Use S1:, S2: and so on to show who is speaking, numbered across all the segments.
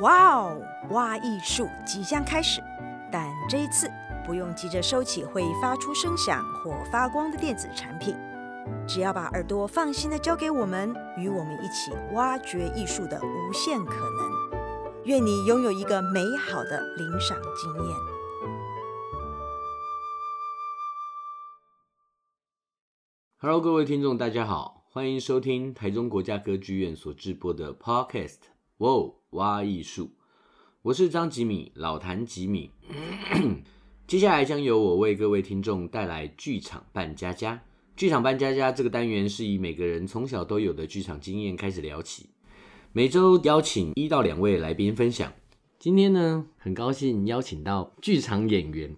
S1: 哇哦，挖艺术即将开始，但这一次不用急着收起会发出声响或发光的电子产品，只要把耳朵放心的交给我们，与我们一起挖掘艺术的无限可能。愿你拥有一个美好的领赏经验。
S2: Hello，各位听众，大家好，欢迎收听台中国家歌剧院所制播的 Podcast《哇哦哇艺术》，我是张吉米，老谭吉米。 接下来将由我为各位听众带来剧场扮家家。剧场扮家家这个单元是以每个人从小都有的剧场经验开始聊起，每周邀请一到两位来宾分享。今天呢，很高兴邀请到剧场演员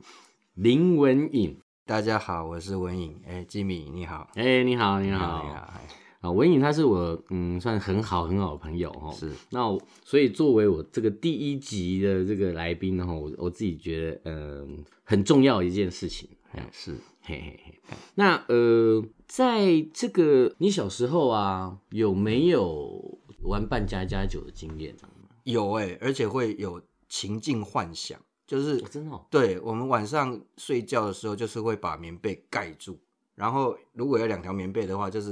S2: 林文颖。
S3: 大家好，我是文颖。哎、吉米，你好，
S2: 哎、你好，你好，
S3: 你好，哎
S2: 啊，文颖他是我嗯算很好很好的朋友哦。
S3: 是
S2: 那我所以作为我这个第一集的这个来宾哈，我我自己觉得嗯很重要的一件事情。
S3: 哎是，
S2: 嘿嘿嘿。那呃，在这个你小时候啊，有没有玩扮家家酒的经验啊？
S3: 有哎、而且会有情境幻想，就是
S2: 哦真的哦
S3: 对我们晚上睡觉的时候，就是会把棉被盖住，然后如果有两条棉被的话，就是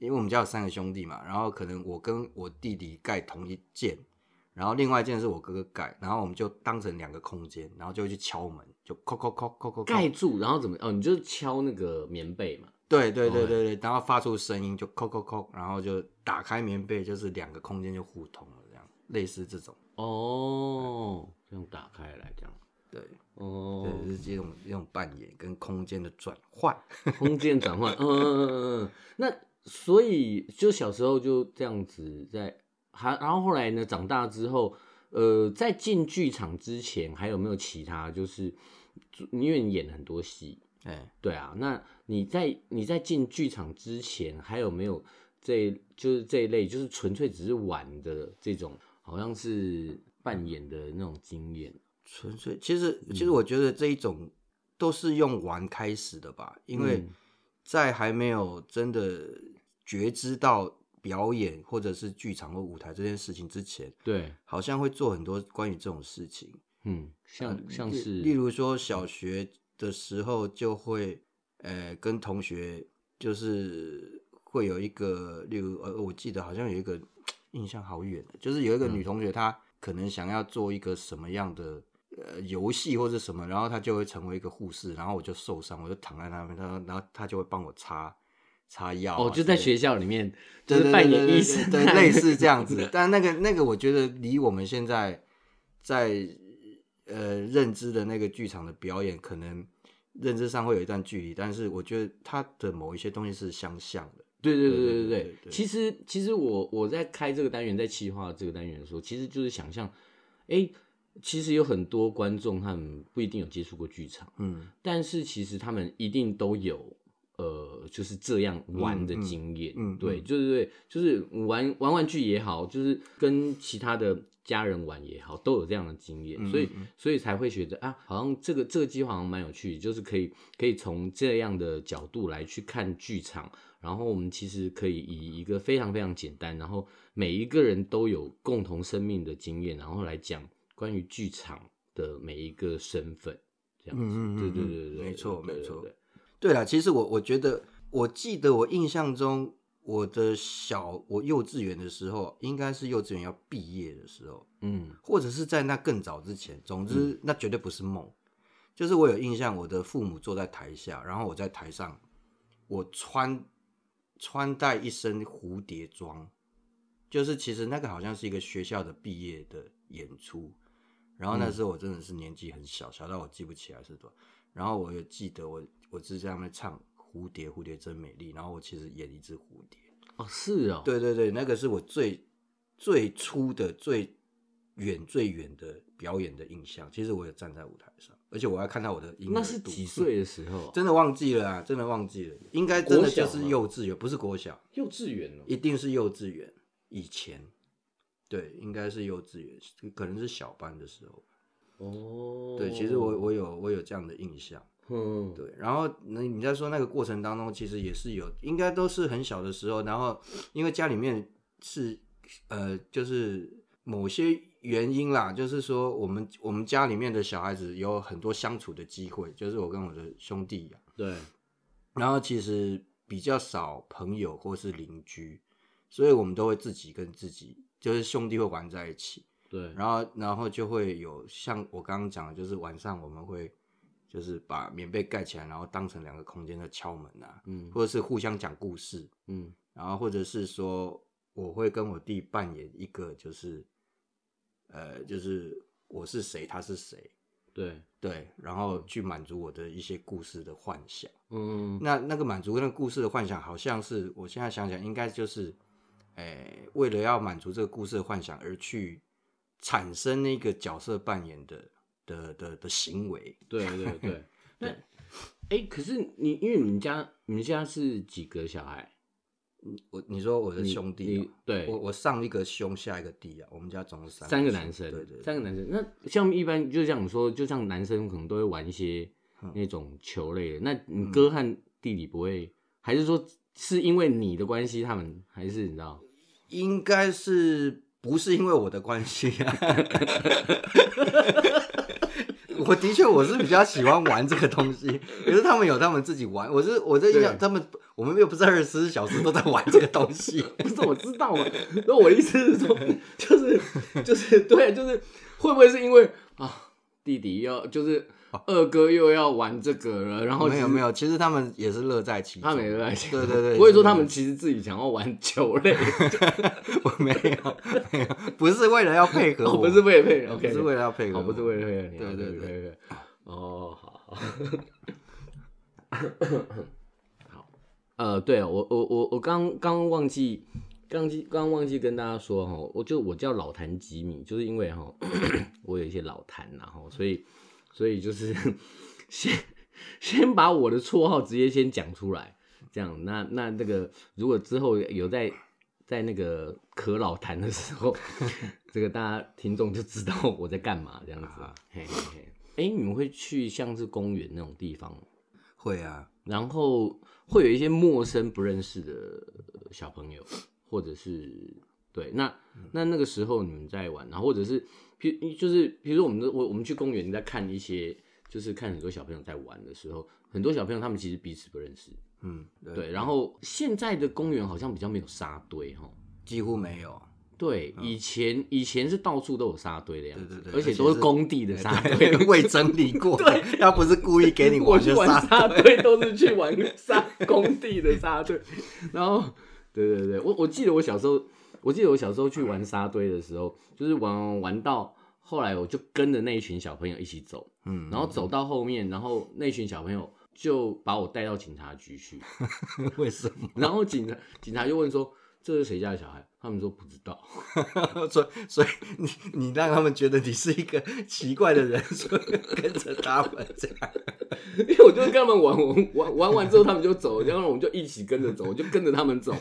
S3: 因为我们家有三个兄弟嘛，然后可能我跟我弟弟盖同一件，然后另外一件是我哥哥盖，然后我们就当成两个空间，然后就会去敲门，就扣扣扣扣扣
S2: 盖住，然后怎么哦？你就敲那个棉被嘛。
S3: 对对对
S2: 哦
S3: 对对，然后发出声音就扣扣扣，然后就打开棉被，就是两个空间就互通了，这样类似这种，
S2: 哦，这样打开来这样。
S3: 对，
S2: 哦，
S3: 对，是这种这种扮演跟空间的转换，
S2: 空间转换，嗯嗯嗯嗯嗯。那所以就小时候就这样子在，还然后后来呢，长大之后，呃，在进剧场之前，还有没有其他就是，因为你演了很多戏，
S3: 哎，
S2: 对啊，那你在你在进剧场之前，还有没有这就是这一类就是纯粹只是玩的这种，好像是扮演的那种经验？
S3: 纯粹其实
S2: 嗯
S3: 其实我觉得这一种都是用玩开始的吧，因为
S2: 嗯
S3: 在还没有真的觉知到表演或者是剧场或舞台这件事情之前，
S2: 对，
S3: 好像会做很多关于这种事情，
S2: 嗯，像像
S3: 例
S2: 是
S3: 例如说小学的时候就会，呃，跟同学就是会有一个，例如呃，我记得好像有一个印象好远的，就是有一个
S2: 嗯
S3: 女同学，她可能想要做一个什么样的呃游戏或者什么，然后她就会成为一个护士，然后我就受伤，我就躺在那边，她然后她就会帮我擦擦药啊之类
S2: 哦，
S3: 的、
S2: 就在学校里面，就
S3: 对
S2: 是
S3: 对
S2: 扮
S3: 对
S2: 演
S3: 对
S2: 医生，
S3: 对，类似这样子。但那个那个，我觉得离我们现在在呃认知的那个剧场的表演，可能认知上会有一段距离，但是我觉得它的某一些东西是相像的。
S2: 对对对对
S3: 对对
S2: 对
S3: 对
S2: 对
S3: 对对
S2: 其实其实我我在开这个单元，在企划这个单元的时候，其实就是想象，哎，其实有很多观众他们不一定有接触过剧场，
S3: 嗯，
S2: 但是其实他们一定都有。呃，就是这样玩的经验，
S3: 嗯嗯嗯
S2: 对，
S3: 嗯
S2: 就是对，就是玩玩玩具也好，就是跟其他的家人玩也好，都有这样的经验，
S3: 嗯
S2: 所以
S3: 嗯嗯
S2: 所以才会觉得啊，好像这个这个计划好像蛮有趣，就是可以可以从这样的角度来去看剧场，然后我们其实可以以一个非常非常简单，然后每一个人都有共同生命的经验，然后来讲关于剧场的每一个身份，这样子，
S3: 嗯嗯嗯
S2: 对
S3: 嗯
S2: 对对对对，
S3: 没错
S2: 对
S3: 没错，
S2: 对对
S3: 对啦，其实我我觉得，我记得我印象中，我的小我幼稚园的时候，应该是幼稚园要毕业的时候，
S2: 嗯
S3: 或者是在那更早之前，总之、那绝对不是梦。就是我有印象，我的父母坐在台下，然后我在台上，我穿穿戴一身蝴蝶装，就是其实那个好像是一个学校的毕业的演出，然后那时候我真的是年纪很小，小到我记不起来是多少，然后我有记得我我是在那边唱蝴蝶，蝴蝶真美丽，然后我其实演一只蝴蝶，
S2: 哦是哦，
S3: 对对对，那个是我最最初的、最远、最远的表演的印象。其实我有站在舞台上，而且我还看到我的婴儿
S2: 那是
S3: 肚
S2: 几？岁的时候啊？
S3: 真的忘记了啊，真的忘记了，应该真
S2: 国
S3: 的
S2: 小
S3: 就
S2: 吗
S3: 是幼稚园，不是国小，
S2: 幼稚园哦，
S3: 一定是幼稚园以前。对，应该是幼稚园，可能是小班的时候。
S2: 哦，
S3: 对，其实我我有我有这样的印象。
S2: 嗯
S3: 对，然后那你在说那个过程当中，其实也是有，应该都是很小的时候，然后因为家里面是呃，就是某些原因啦，就是说我们我们家里面的小孩子有很多相处的机会，就是我跟我的兄弟、啊，
S2: 对，
S3: 然后其实比较少朋友或是邻居，所以我们都会自己跟自己，就是兄弟会玩在一起，
S2: 对，
S3: 然后然后就会有像我刚刚讲的，就是晚上我们会就是把棉被盖起来，然后当成两个空间在敲门啊，
S2: 嗯
S3: 或者是互相讲故事，
S2: 嗯，
S3: 然后或者是说我会跟我弟扮演一个就是，呃，就是我是谁，他是谁，
S2: 对，
S3: 对，然后去满足我的一些故事的幻想。
S2: 嗯，
S3: 那那个满足那个故事的幻想，好像是我现在想想，应该就是，诶、为了要满足这个故事的幻想而去产生那个角色扮演的的的的行为。
S2: 对对 对。那，哎，可是你因为你们家你们家是几个小孩？
S3: 我你说我的
S2: 你
S3: 兄弟
S2: 你
S3: 啊、
S2: 对，
S3: 我我上一个兄，下一个弟啊，我们家总共三
S2: 三
S3: 个
S2: 个
S3: 兄
S2: 男生，
S3: 对对对
S2: 三个男生。那像一般就像你说，就像男生可能都会玩一些
S3: 嗯
S2: 那种球类的。那你哥和弟弟不会，还是说是因为你的关系，他们还是你知道？
S3: 应该是不是因为我的关系啊？ 我的确我是比较喜欢玩这个东西，可是他们有他们自己玩，我是我在印象
S2: 对
S3: 他们我们又不是二十四小时都在玩这个东西。
S2: 不是我知道嘛？那我的意思是说，就是就是对，啊就是会不会是因为啊，弟弟要就是二哥又要玩这个了， 然后
S3: 哦没有没
S2: 有。
S3: 有，其实他们也是乐在其中。
S2: 他们也在
S3: 对对对
S2: 不会说他们其实自己想要玩球类，
S3: 我没有没有，不是为了要配合
S2: 哦
S3: 我，
S2: 不是为了配合，OK，
S3: 不是为了要配合
S2: 哦，不
S3: 我，
S2: 是为了配合你，
S3: 对
S2: 哦
S3: 对
S2: 不是
S3: 对
S2: 为了配合你哦，好好，好，呃，对我我我我刚刚忘记，刚记刚忘记跟大家说哈，我就我叫老坛吉米，就是因为哈，我有一些老坛然后所以所以就是 先先把我的绰号直接先讲出来，这样那那那个如果之后有在。在那个咳老痰的时候， 这个大家听众就知道我在干嘛这样子
S3: 啊。
S2: 嘿嘿嘿，哎、你们会去像是公园那种地方，
S3: 会啊，
S2: 然后会有一些陌生不认识的小朋友，或者是对，那那那个时候你们在玩，然后啊或者是，譬就是比如说我们的我我们去公园在看一些，就是看很多小朋友在玩的时候，很多小朋友他们其实彼此不认识，
S3: 嗯，
S2: 对，然后现在的公园好像比较没有沙堆哈。吼
S3: 几乎没有，
S2: 对，以前以前是到处都有沙堆的样
S3: 嗯对
S2: 子，
S3: 对对
S2: 而且
S3: 而且
S2: 都是
S3: 是哎
S2: 工地的沙堆，
S3: 未整理过，对，要不是故意 给 你
S2: 我
S3: 玩
S2: 去
S3: 就
S2: 玩
S3: 杀
S2: 沙堆都是去玩沙工地的沙堆，然后对对对，我我记得我小时候，我记得我小时候去玩沙堆的时候，就是玩玩玩到后来我就跟着那一群小朋友一起走，
S3: 嗯
S2: 然后走到后面，然后那群小朋友就把我带到警察局去，
S3: 为什么？
S2: 然后警察警察就问说这是谁家的小孩，他们说不知道，
S3: 所以所以你你让他们觉得你是一个奇怪的人，所以跟着他们这样。
S2: 因为我就跟他们玩玩玩玩完之后他们就走，然后我们就一起跟着走，我就跟着他们走，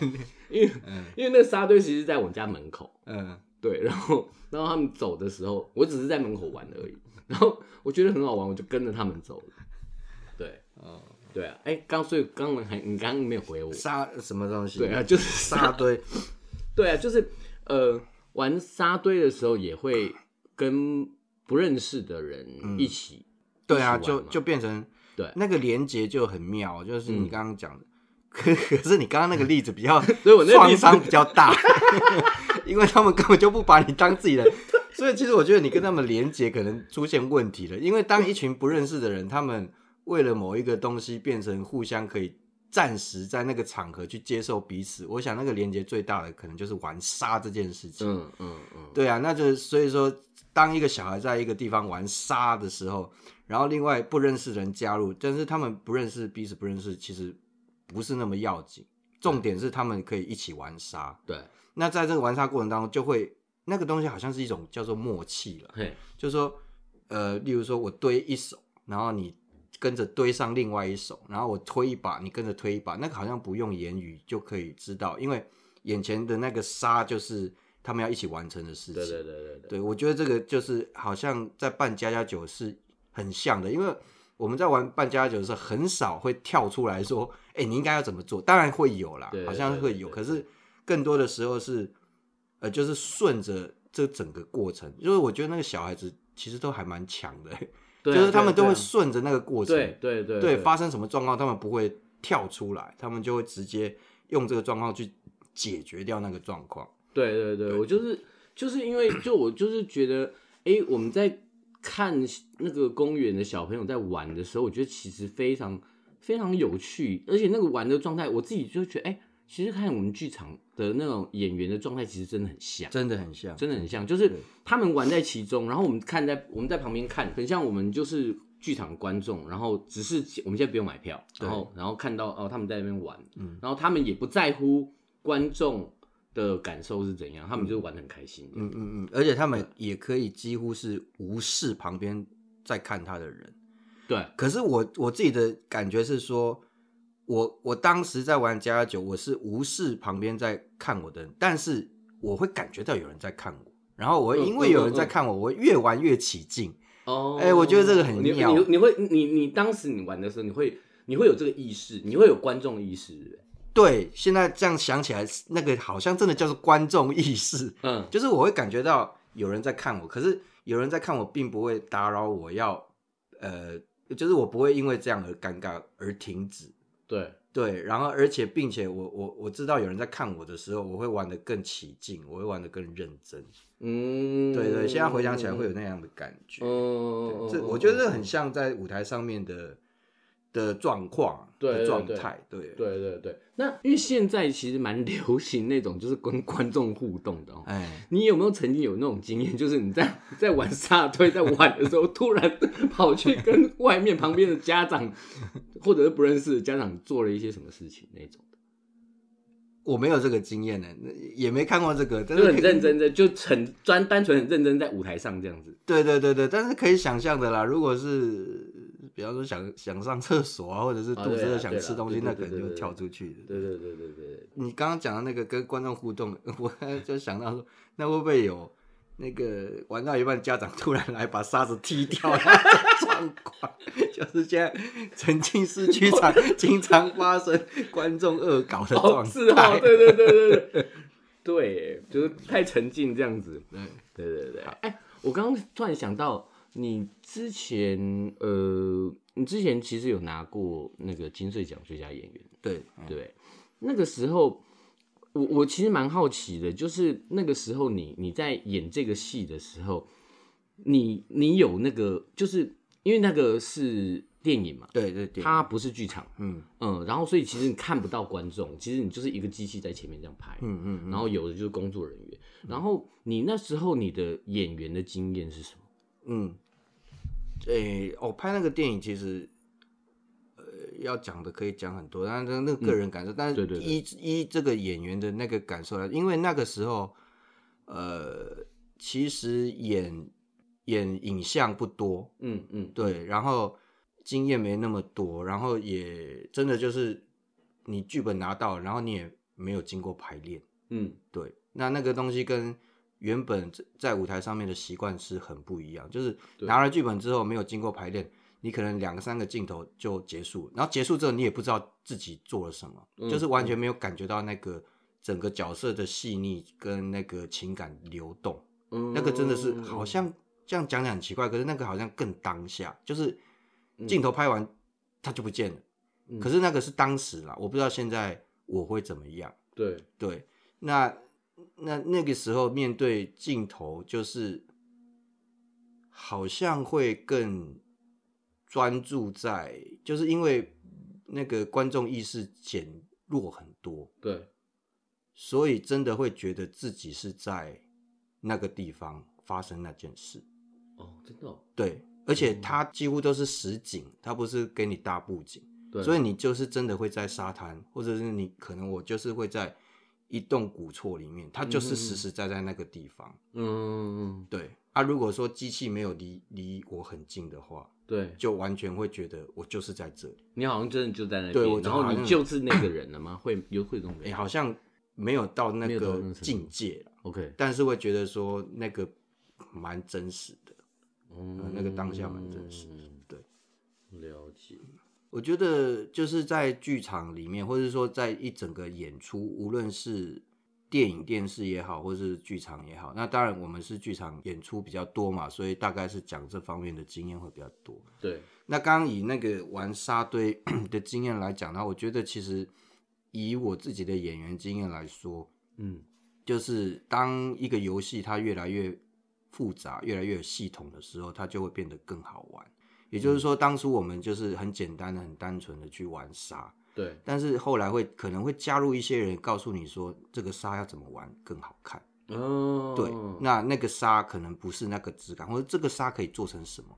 S2: 因为因为那沙堆其实在我家门口。
S3: 嗯，
S2: 对，然后然后他们走的时候，我只是在门口玩而已。然后我觉得很好玩，我就跟着他们走了。对，
S3: 哦，
S2: 对啊，哎，刚所以刚刚还你刚刚没有回我。
S3: 沙什么东西？
S2: 对啊，，就是
S3: 沙
S2: 沙，
S3: 堆。
S2: 对啊，就是呃，玩沙堆的时候也会跟不认识的人一起。
S3: 对啊，
S2: 一起玩
S3: 就
S2: 嘛
S3: 就变成
S2: 对
S3: 那个连接就很妙，就是
S2: 嗯
S3: 你刚刚讲的。可 可是你刚刚那个例子比较，
S2: 所以我那个例
S3: 创
S2: 子
S3: 伤比较大， 因为他们根本就不把你当自己人，所以其实我觉得你跟他们连接可能出现问题了，因为当一群不认识的人，他们为了某一个东西变成互相可以暂时在那个场合去接受彼此，我想那个连接最大的可能就是玩沙这件事情。
S2: 嗯嗯嗯，
S3: 对啊，那就是所以说，当一个小孩在一个地方玩沙的时候，然后另外不认识的人加入，但是他们不认识彼此不认识，其实不是那么要紧。重点是他们可以一起玩沙。
S2: 对，
S3: 那在这个玩沙过程当中，就会那个东西好像是一种叫做默契了，
S2: 嘿，
S3: 就是说，呃，例如说我堆一手，然后你跟着堆上另外一手，然后我推一把，你跟着推一把，那个好像不用言语就可以知道，因为眼前的那个沙就是他们要一起完成的事情。
S2: 对对对对对，
S3: 对，我觉得这个就是好像在办家家酒是很像的，因为我们在玩办家家酒的时候，很少会跳出来说，哎、你应该要怎么做。当然会有啦
S2: 对，
S3: 好像会有，
S2: 对对对
S3: 可是更多的时候是，呃，就是顺着这整个过程，就是我觉得那个小孩子其实都还蛮强 的、
S2: 对啊
S3: 就是他们都
S2: 对啊
S3: 会顺着那个过程，
S2: 对对对
S3: 对发生什么状况，他们不会跳出来，他们就会直接用这个状况去解决掉那个状况。
S2: 对对对，我就是就是因为就我就是觉得，诶，我们在看那个公园的小朋友在玩的时候，我觉得其实非常非常有趣，而且那个玩的状态，我自己就觉得，诶，其实看我们剧场的那种演员的状态，其实真的很像。
S3: 真的很像，
S2: 真的很像，就是
S3: 对
S2: 他们玩在其中，然后我们看在我们在旁边看，很像我们就是剧场观众，然后只是我们现在不用买票，
S3: 对嗯
S2: 然后然后看到哦他们在那边玩，然后他们也不在乎观众的感受是怎样，他们就是玩的很开心。
S3: 嗯嗯嗯，而且他们也可以几乎是无视旁边在看他的人。
S2: 对
S3: 可是我我自己的感觉是说，我我当时在玩家家酒，我是无视旁边在看我的人，但是我会感觉到有人在看我，然后我会
S2: 嗯
S3: 因为有人在看我，我会越玩越起劲。
S2: 哦，
S3: 哎我觉得这个很
S2: 你
S3: 妙
S2: 你你会你你当时你玩的时候，你会你会有这个意识，你会有观众意识，对不对
S3: 对，现在这样想起来，那个好像真的叫做观众意识，
S2: 嗯，
S3: 就是我会感觉到有人在看我，可是有人在看我，并不会打扰我要，呃，就是我不会因为这样而尴尬而停止。
S2: 对
S3: 对，然后而且并且我我我知道有人在看我的时候，我会玩的更起劲，我会玩的更认真。
S2: 嗯，
S3: 对对，现在回想起来会有那样的感觉。
S2: 嗯，嗯，
S3: 对
S2: 嗯
S3: 这我觉得这很像在舞台上面的的状况
S2: 对对
S3: 的状
S2: 对
S3: 态。对，
S2: 对对对，那因为现在其实蛮 流行那种就是跟观众互动的哦。
S3: 哎，
S2: 你有没有曾经有那种经验，就是你在在玩沙堆在玩的时候，突 然跑去跟外面旁边的家长或者是不认识的家长做了一些什么事情那种？
S3: 我没有这个经验呢，也没看过这个，但
S2: 就是很
S3: 可以
S2: 认真的，就很专单纯很认真在舞台上这样子。
S3: 对对对对，但是可以想象的啦。如果是比方说想想上厕所啊，或者是
S2: 啊
S3: 肚子
S2: 对
S3: 饿
S2: 啦
S3: 想
S2: 对
S3: 吃
S2: 啦
S3: 东西，
S2: 对对
S3: 那
S2: 对
S3: 可能
S2: 对
S3: 就会
S2: 对
S3: 跳
S2: 对
S3: 出去的。
S2: 对对对对对对，
S3: 你刚刚讲的那个跟观众互动， 我就想到说，那会不会有那个玩到一半，家长突然来把沙子踢掉的状况？ 就是现在沉浸式 剧场经常发生观众恶搞的
S2: 哦
S3: 状
S2: 是
S3: 态。
S2: 哦，对对对对对 对，对耶，就是太沉浸这样子。
S3: 对
S2: 对对对，哎、我刚刚突然想到，你之前呃，你之前其实有拿过那个金穗奖最佳演员，
S3: 对嗯
S2: 对不对？那个时候，我我其实蛮好奇的，就是那个时候你你在演这个戏的时候，你你有那个，就是因为那个是电影嘛，
S3: 对对对，
S2: 它不是剧场，
S3: 嗯
S2: 嗯，然后所以其实你看不到观众，其实你就是一个机器在前面这样拍，
S3: 嗯嗯嗯，
S2: 然后有的就是工作人员。然后你那时候你的演员的经验是什么？
S3: 嗯，诶、我、拍那个电影其实，呃，要讲的可以讲很多，但是那个个人感受，但是
S2: 嗯对对对
S3: 依依这个演员的那个感受来，因为那个时候，呃，其实演演影像不多，
S2: 嗯嗯，
S3: 对，然后经验没那么多，然后也真的就是你剧本拿到，然后你也没有经过排练，
S2: 嗯
S3: 对，那那个东西跟原本在在舞台上面的习惯是很不一样，就是
S2: 对
S3: 拿了剧本之后没有经过排练，你可能两个三个镜头就结束，然后结束之后你也不知道自己做了什么，
S2: 嗯
S3: 就是完全没有感觉到那个整个角色的细腻跟那个情感流动，
S2: 嗯
S3: 那个真的是好像这样讲讲很奇怪，可是那个好像更当下，就是镜头拍完它就不见了，
S2: 嗯
S3: 可是那个是当时啦，我不知道现在我会怎么样。
S2: 对，
S3: 对，那那那个时候面对镜头，就是好像会更专注在，就是因为那个观众意识减弱很多，
S2: 对，
S3: 所以真的会觉得自己是在那个地方发生那件事。
S2: 哦，真的、哦，
S3: 对，而且它几乎都是实景，它不是给你大布景。
S2: 对，
S3: 所以你就是真的会在沙滩，或者是你可能我就是会在一栋古厝里面，它就
S2: 嗯嗯
S3: 是
S2: 嗯
S3: 实实在在那个地方。
S2: 嗯，
S3: 对啊，如果说机器没有离离我很近的话，
S2: 对，
S3: 就完全会觉得我就是在这里，
S2: 你好像真的就在那边，
S3: 对我
S2: 然
S3: 好
S2: 后
S3: 像
S2: 你就是那个人了吗？会有会这种
S3: 哎、
S2: 感觉？
S3: 好像没有到那
S2: 没有到那
S3: 个
S2: 个程度
S3: 境界啦
S2: OK，
S3: 但是会觉得说那个蛮真实的。
S2: 嗯
S3: 那个当下蛮真实的对，
S2: 了解，
S3: 我觉得就是在剧场里面，或者说在一整个演出，无论是电影、电视也好，或是剧场也好。那当然，我们是剧场演出比较多嘛，所以大概是讲这方面的经验会比较多。
S2: 对，
S3: 那刚刚以那个玩沙堆 的经验来讲呢，我觉得其实以我自己的演员经验来说，
S2: 嗯
S3: 就是当一个游戏它越来越复杂、越来越有系统的时候，它就会变得更好玩。也
S2: 嗯
S3: 就是说，当初我们就是很简单的、很单纯的去玩沙，
S2: 对，
S3: 但是后来会可能会加入一些人告诉你说，这个沙要怎么玩更好看。
S2: 哦，
S3: 对，那那个沙可能不是那个质感，或者这个沙可以做成什么？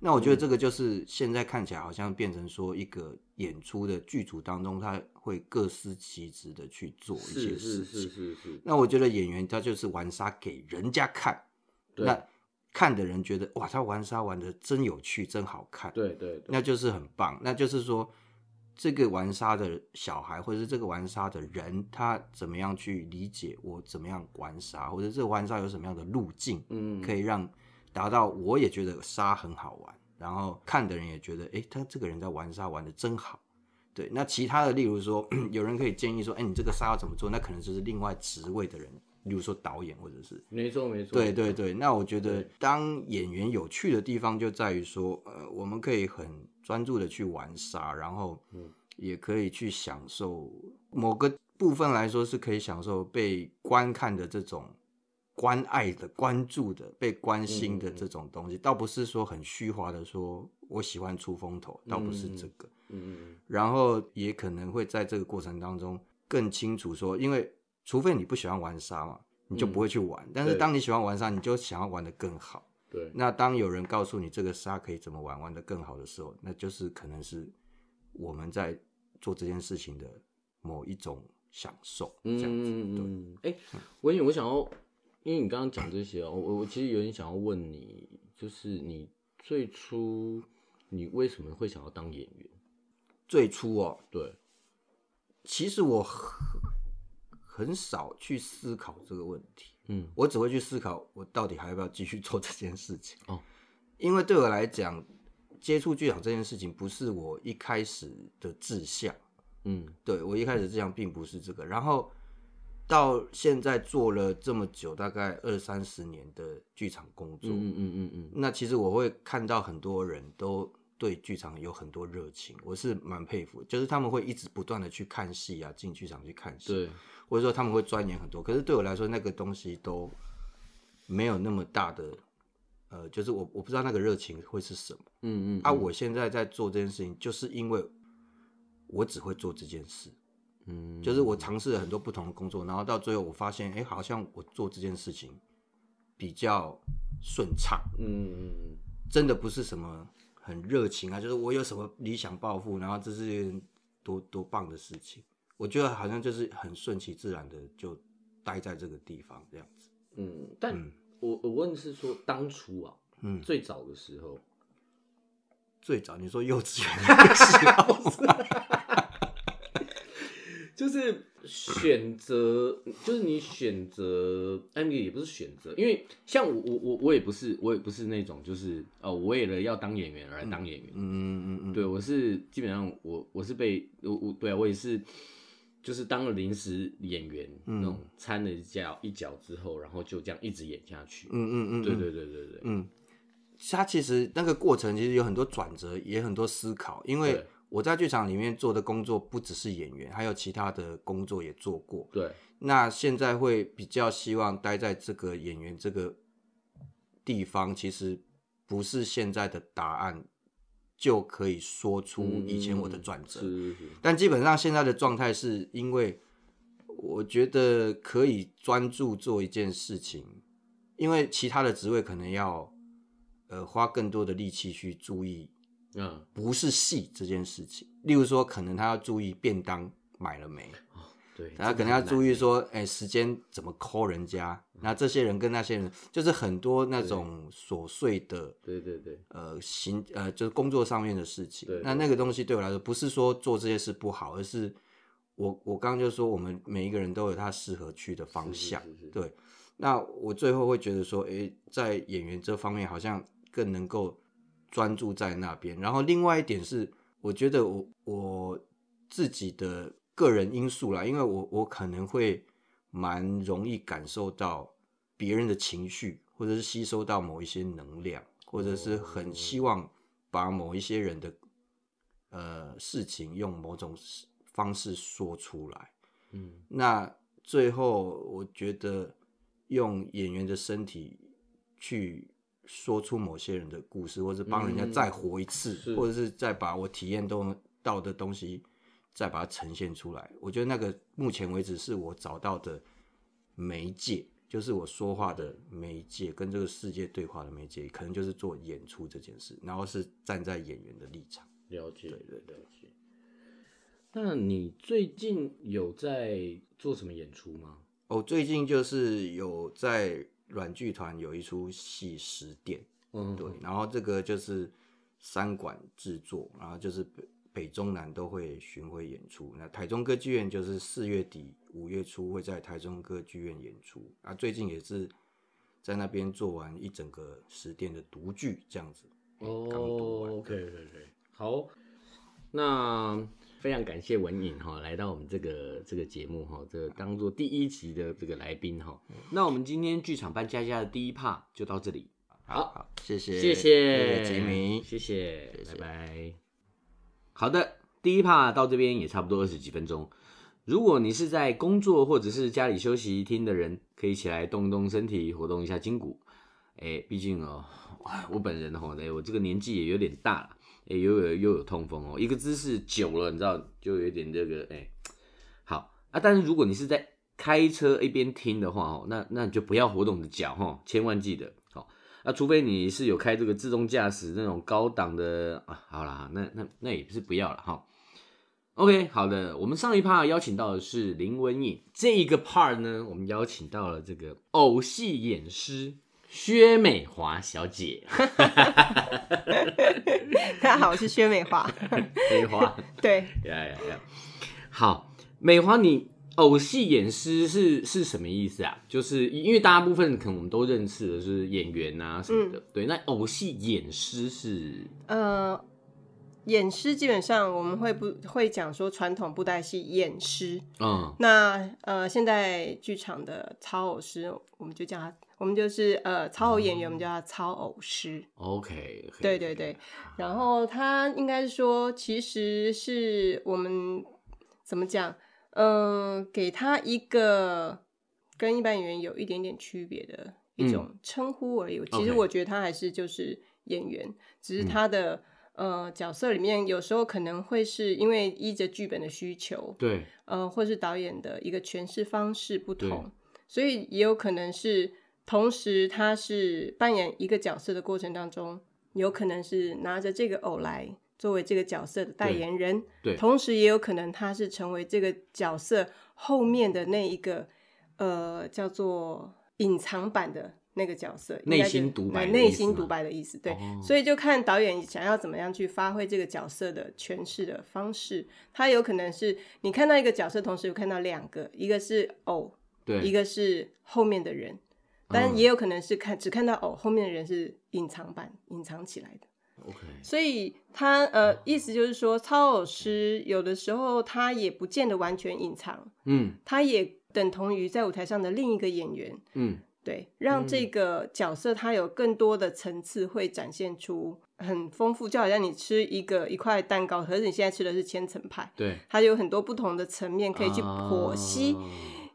S3: 那我
S2: 嗯
S3: 觉得这个就是现在看起来好像变成说一个演出的剧组当中，他会各司其职的去做一些
S2: 是
S3: 事
S2: 是
S3: 情
S2: 是。是是，
S3: 那我觉得演员他就是玩沙给人家看，
S2: 对
S3: 那看的人觉得哇，他玩沙玩的真有趣，真好看，
S2: 对对对，
S3: 那就是很棒。那就是说，这个玩沙的小孩或者是这个玩沙的人，他怎么样去理解我怎么样玩沙，或者这个玩沙有什么样的路径，
S2: 嗯，
S3: 可以让达到我也觉得沙很好玩，然后看的人也觉得，诶，他这个人在玩沙玩的真好。对，那其他的，例如说， 有人可以建议说，哎，你这个沙要怎么做？那可能就是另外职位的人，例如说导演或者是
S2: 没错没错，
S3: 对对对，那我觉得
S2: 对
S3: 当演员有趣的地方就在于说，呃，我们可以很专注的去玩沙，然后
S2: 嗯
S3: 也可以去享受某个部分来说是可以享受被观看的这种关爱的、关注的、被关心
S2: 嗯
S3: 的
S2: 嗯嗯
S3: 这种东西，倒不是说很虚华的说我喜欢出风头，倒不是
S2: 嗯嗯
S3: 这个。
S2: 嗯，嗯
S3: 然后也可能会在这个过程当中更清楚说，因为除非你不喜欢玩沙嘛，你就不会去玩。但是
S2: 嗯对
S3: 当你喜欢玩沙，你就想要玩得更好。
S2: 嗯，对，
S3: 那当有人告诉你这个沙可以怎么玩，玩得更好的时候，那就是可能是我们在做这件事情的某一种享受，这
S2: 嗯
S3: 样子。
S2: 嗯
S3: 对，
S2: 嗯，哎，文远，我想要，因为你刚刚讲这些哦，我我其实有点想要问你，就是你最初你为什么会想要当演员？
S3: 最初哦，
S2: 对，
S3: 其实我很很少去思考这个问题。
S2: 嗯，
S3: 我只会去思考我到底还要不要继续做这件事情。
S2: 哦，
S3: 因为对我来讲，接触剧场这件事情不是我一开始的志向，
S2: 嗯
S3: 对我一开始志向并不是这个。然后到现在做了这么久，大概二三十年的剧场工作，
S2: 嗯嗯嗯嗯
S3: 那其实我会看到很多人都对剧场有很多热情，我是蛮佩服，就是他们会一直不断的去看戏啊，进剧场去看戏，
S2: 对，
S3: 或者说他们会钻研很多。可是对我来说，那个东西都没有那么大的，呃，就是我我不知道那个热情会是什么。
S2: 嗯嗯
S3: 啊，我现在在做这件事情，就是因为我只会做这件事，
S2: 嗯
S3: 就是我尝试了很多不同的工作，然后到最后我发现，哎、好像我做这件事情比较顺畅。
S2: 嗯嗯嗯
S3: 真的不是什么很热情啊，就是我有什么理想抱负，然后这是一件多多棒的事情。我觉得好像就是很顺其自然的就待在这个地方这样子。
S2: 嗯，但我我问是说当初啊，
S3: 嗯
S2: 最早的时候，
S3: 最早你说幼稚园的时候 吗，
S2: 就是选择，就是你选择艾米也不是选择，因为像我我我我也不是我也不是那种就是呃，我为了要当演员而当演员，
S3: 嗯嗯嗯，
S2: 对我是基本上我我是被我我对啊，我也是就是当了临时演员、那种掺了一脚一脚之后，然后就这样一直演下去，
S3: 嗯嗯嗯，
S2: 对对对对对，
S3: 嗯，他其实那个过程其实有很多转折，也很多思考，因为
S2: 对。
S3: 我在剧场里面做的工作不只是演员，还有其他的工作也做过。
S2: 对，
S3: 那现在会比较希望待在这个演员这个地方，其实不是现在的答案就可以说出以前我的转折。
S2: 嗯是是是，
S3: 但基本上现在的状态是因为我觉得可以专注做一件事情，因为其他的职位可能要呃花更多的力气去注意
S2: 嗯，
S3: 不是戏这件事情。例如说，可能他要注意便当买了没。
S2: 对，
S3: 大家可
S2: 这个
S3: 能要
S2: 很难
S3: 注意
S2: 欸
S3: 说，哎、时间怎么抠人家？那这些人跟那些人，就是很多那种琐碎的
S2: 对对对，
S3: 呃行呃，就是工作上面的事情
S2: 对。
S3: 那那个东西对我来说，不是说做这些事不好，而是我我刚刚就说，我们每一个人都有他适合去的方
S2: 是
S3: 向。
S2: 是是
S3: 对，那我最后会觉得说，哎、在演员这方面好像更能够专注在那边。然后另外一点是，我觉得我我自己的个人因素啦，因为我我可能会蛮容易感受到别人的情绪，或者是吸收到某一些能量，或者是很希望把某一些人的呃事情用某种方式说出来。
S2: 嗯，
S3: 那最后，我觉得用演员的身体去说出某些人的故事，或者帮人家再活一次，
S2: 是
S3: 或者是再把我体验到到的东西再把它呈现出来。我觉得那个目前为止是我找到的媒介，就是我说话的媒介，跟这个世界对话的媒介，可能就是做演出这件事，然后是站在演员的立场。
S2: 了解，
S3: 对对
S2: 了解。那你最近有在做什么演出吗？
S3: 哦，最近就是有在软剧团有一出戏《十点》。
S2: 嗯，
S3: 对，然后这个就是三馆制作，然后就是北北中南都会巡回演出。那台中歌剧院就是四月底五月初会在台中歌剧院演出啊，最近也是在那边做完一整个十店的独剧这样子。
S2: 哦
S3: 刚读完
S2: ，OK OK OK，好，那非常感谢文颖哈、来到我们这个这个节目哈、这个当做第一集的这个来宾哈、
S3: 嗯
S2: 那我们今天剧场搬家家的第一 part 就到这里，好
S3: 好，谢谢，
S2: 谢谢
S3: 吉米，
S2: 谢谢，
S3: 谢谢
S2: 拜拜。好的，第一 part 到这边也差不多二十几分钟。如果你是在工作或者是家里休息听的人，可以起来动一动身体，活动一下筋骨。哎，毕竟哦， 哎我本人哦，哎，我这个年纪也有点大了，哎，又有又有痛风哦，一个姿势久了，你知道，就有点这个哎。好啊，但是如果你是在开车一边听的话哦，那那你就不要活动你的脚哦，千万记得哦。那除非你是有开这个自动驾驶那种高档的啊，好啦，那那那也是不要了哈。OK，好的，我们上一趴邀请到的是林文颖，这一个 part 呢，我们邀请到了这个偶戏演师薛美华小姐，
S4: 大 家好，我是薛美华。
S2: 美华，
S4: 对，
S2: 呀呀呀，好，美华你。偶戏演师是是什么意思啊？就是因为大部分可能我们都认识的是演员啊什么的，对。那偶戏演师是
S4: 呃，演师基本上我们会不会讲说传统布袋戏演师，
S2: 嗯
S4: 那呃现在剧场的操偶师，我们就叫他，我们就是呃操偶演员，我们叫他操偶师。
S2: ，OK，, o k
S4: 对对对，然后他应该说，其实是我们怎么讲？嗯、给他一个跟一般演员有一点点区别的一种称呼而已。其实
S2: OK
S4: 我觉得他还是就是演员，只是他的、呃角色里面有时候可能会是因为依着剧本的需求，
S2: 对，
S4: 呃，或是导演的一个诠释方式不
S2: 对
S4: 同，所以也有可能是同时他是扮演一个角色的过程当中，有可能是拿着这个偶来作为这个角色的代
S2: 对
S4: 言人，
S2: 对
S4: 同时也有可能他是成为这个角色后面的那一个呃叫做隐藏版的。那个角色应
S2: 内
S4: 该就
S2: 心独白
S4: 哎
S2: 的意
S4: 内
S2: 思
S4: 心
S2: 吗
S4: 独白的意思，对，
S2: 哦
S4: 所以就看导演想要怎么样去发挥这个角色的诠释的方式。他有可能是你看到一个角色，同时有看到两个，一个是偶，
S2: 对，嗯
S4: 一个是后面的人，但也有可能是看只看到偶，后面的人是隐藏版，隐藏起来的。
S2: OK，
S4: 所以他呃，意思就是说，操偶师有的时候他也不见得完全隐藏，
S2: 嗯
S4: 他也等同于在舞台上的另一个演员。
S2: 嗯，
S4: 对，让这个角色它有更多的层次，会展现出很丰富。就好像你吃一个一块蛋糕，可是你现在吃的是千层派，
S2: 对，
S4: 它有很多不同的层面可以去剖析
S2: 啊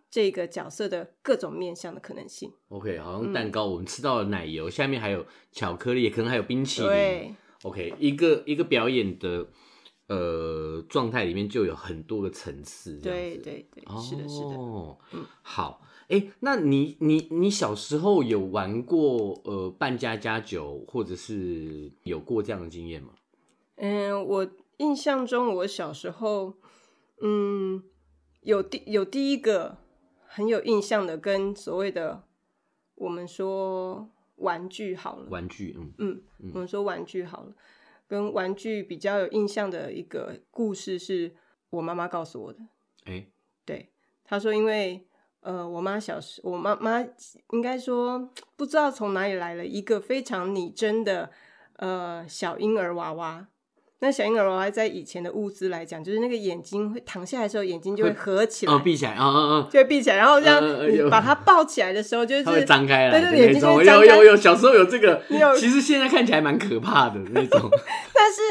S4: 这个角色的各种面向的可能性。
S2: OK，好
S4: 嗯
S2: 像蛋糕我们吃到了奶油，下面还有巧克力，可能还有冰淇淋。
S4: 对，
S2: OK，一个一个表演的呃状态里面就有很多个层次，这样
S4: 对，
S2: 子。
S4: 对，对，是的，是的。
S2: 哦
S4: 嗯，
S2: 好，哎、那你你你小时候有玩过呃扮家家酒，或者是有过这样的经验吗？
S4: 嗯，我印象中我小时候，嗯，有第有第一个很有印象的，跟所谓的我们说玩具好了。
S2: 玩具，嗯，
S4: 嗯，我们说玩具好了，跟玩具比较有印象的一个故事是我妈妈告诉我的。
S2: 哎、
S4: 对，她说因为呃，我妈小时，我妈妈应该说不知道从哪里来了一个非常拟真的呃小婴儿娃娃，那小婴儿娃娃在以前的物资来讲，就是那个眼睛会躺下来的时候，眼睛就会
S2: 会
S4: 合起来，
S2: 哦，闭起来，嗯嗯
S4: 就会闭起来，然后这样
S2: 呃呃
S4: 你
S2: 有
S4: 把它抱起来的时候，就
S2: 嗯，
S4: 是
S2: 它会张开来
S4: 对
S2: 的
S4: 对对，
S2: 那
S4: 眼睛
S2: 种。
S4: 会张
S2: 有
S4: 开
S2: 有有，小时候有这个
S4: 你有，
S2: 其实现在看起来蛮可怕的那 种。
S4: 但是，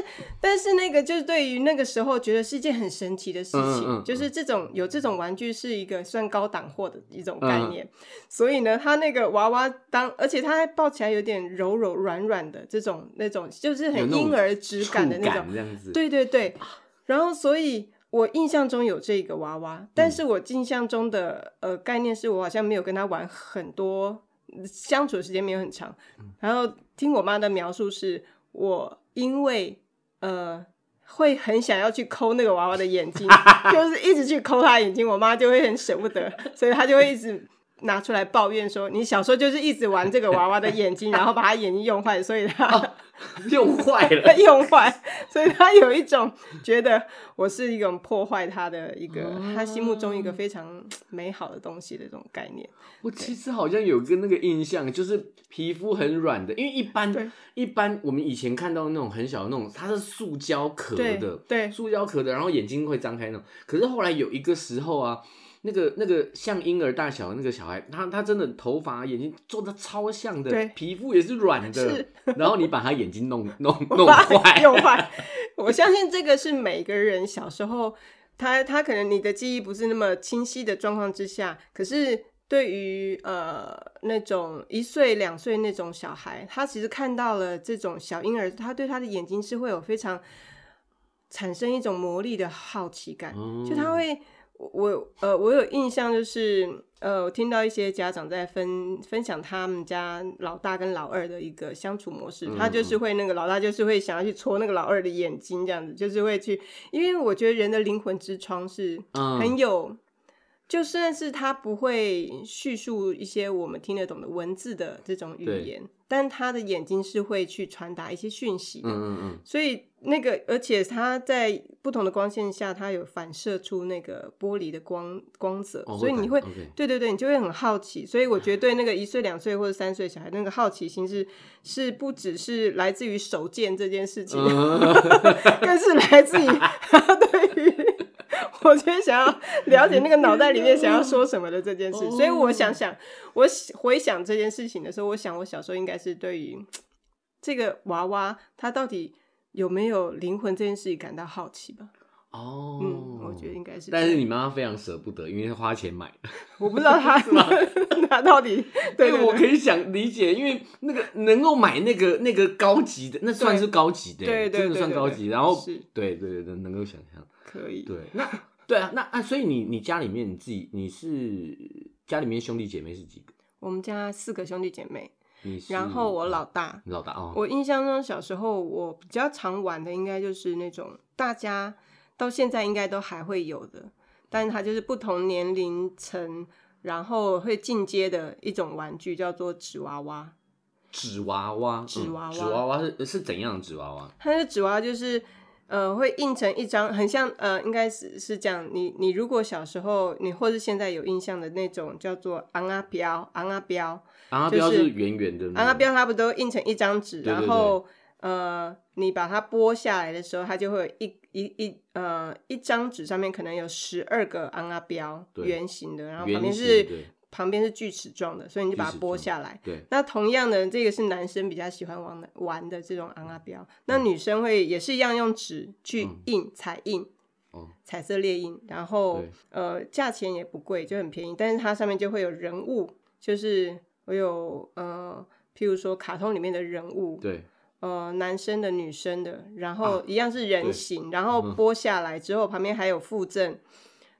S4: 但是那个就是对于那个时候觉得是一件很神奇的事情，
S2: 嗯嗯嗯
S4: 就是这种有这种玩具是一个算高档货的一种概
S2: 嗯
S4: 念，所以呢，他那个娃娃当，而且他还抱起来有点柔柔软软的这种那种，就是
S2: 有
S4: 很
S2: 那种
S4: 婴儿质感的
S2: 触
S4: 那种，
S2: 感这样子。
S4: 对对对，然后所以我印象中有这个娃娃，但是我印象中的呃概念是我好像没有跟他玩很多，相处的时间没有很长。然后听我妈的描述是，我因为呃。会很想要去抠那个娃娃的眼睛，就是一直去抠他眼睛，我妈就会很舍不得，所以她就会一直拿出来抱怨说：“你小时候就是一直玩这个娃娃的眼睛，然后把他眼睛用坏，所以她
S2: 用坏
S4: 被
S2: 了。
S4: 用坏，所以他有一种觉得我是一种破坏他的一个、他心目中一个非常美好的东西的这种概念。
S2: 我其实好像有个那个印象，就是皮肤很软的，因为一
S4: 对
S2: 般一般我们以前看到那种很小的那种，它是塑胶壳
S4: 对
S2: 的，
S4: 对
S2: 塑胶壳的，然后眼睛会张开那种。可是后来有一个时候啊，那个那个像婴儿大小的那个小孩，他他真的头发、啊眼睛做的超像的
S4: 对，
S2: 皮肤也是软的
S4: 是，
S2: 然后你把他眼睛 弄弄 弄坏，
S4: 用坏。我相信这个是每个人小时候，他他可能你的记忆不是那么清晰的状况之下，可是对于呃那种一岁两岁那种小孩，他其实看到了这种小婴儿，他对他的眼睛是会有非常产生一种魔力的好奇感，
S2: 嗯
S4: 就他会。我我呃，我有印象，就是呃，我听到一些家长在分分享他们家老大跟老二的一个相处模
S2: 嗯
S4: 式，他就是会那个老大就是会想要去戳那个老二的眼睛，这样子，就是会去，因为我觉得人的灵魂之窗是
S2: 嗯
S4: 很有，就算是他不会叙述一些我们听得懂的文字的这种语
S2: 对
S4: 言，但他的眼睛是会去传达一些讯息的，
S2: 嗯嗯嗯，
S4: 所以那个，而且它在不同的光线下，它有反射出那个玻璃的光光泽，
S2: 哦
S4: 所以你会，
S2: 反 OK
S4: 对对对，你就会很好奇。所以我觉得对那个一岁、两岁或者三岁小孩，那个好奇心是是不只是来自于手贱这件 事情，更是来自于 对于。 我觉得想要了解那个脑袋里面想要说什么的这件事，所以我
S2: 哦
S4: 想想，我喜回想这件事情的时候，我想我小时候应该是对于这个娃娃他到底有没有灵魂这件事情感到好奇吧。
S2: 哦，
S4: 嗯，我觉得应该是这样。
S2: 但是你妈妈非常舍不得，因为她花钱买。
S4: 我不知道 他 他到底
S2: 对，
S4: 对对
S2: 我
S4: 对
S2: 可以想理解，因为那个能够买那个那个高级的，那算是高级的，
S4: 对对
S2: 真的
S4: 对
S2: 算
S4: 对
S2: 高
S4: 对
S2: 级。然后
S4: 是，嗯
S2: 对对对对，能够想象。
S4: 可以。
S2: 对，那对啊，那啊，所以你你家里面你自己你是家里面兄弟姐妹是几个？
S4: 我们家四个兄弟姐妹，
S2: 你是嗯
S4: 然后我老大。
S2: 你老大哦，
S4: 我印象中小时候我比较常玩的应该就是那种大家到现在应该都还会有的，但是它就是不同年龄层，然后会进阶的一种玩具，叫做纸娃娃。
S2: 纸娃娃，嗯
S4: 纸娃娃
S2: 纸娃娃是是怎样的纸娃娃？
S4: 它的纸娃娃就是呃会印成一张，很像呃应该是是这样。你你如果小时候你或是现在有印象的那种叫做昂啊标昂啊标
S2: 然后
S4: 就
S2: 标
S4: 是
S2: 是圆圆的那种，
S4: 昂啊标，它不都印成一张纸，
S2: 嗯对对
S4: 然后呃你把它剥下来的时候，它就会有一一一呃一张纸上面可能有十二个昂啊标
S2: 对
S4: 圆形的，然后旁
S2: 圆
S4: 边
S2: 形
S4: 是
S2: 对
S4: 旁边是锯齿状的，所以你就把它
S2: 锯齿
S4: 剥
S2: 状
S4: 下来。
S2: 对，
S4: 那同样的，这个是男生比较喜欢玩的玩的这种昂啊标，
S2: 嗯
S4: 那女生会也是一样用纸去印彩印。
S2: 哦
S4: 彩色列印，然后
S2: 对
S4: 呃价钱也不贵，就很便宜，但是它上面就会有人物，就是我有呃，譬如说卡通里面的人物，
S2: 对，
S4: 呃男生的、女生的，然
S2: 啊
S4: 后一样是人
S2: 对
S4: 形，然后
S2: 嗯
S4: 剥下来之后，旁边还有附赠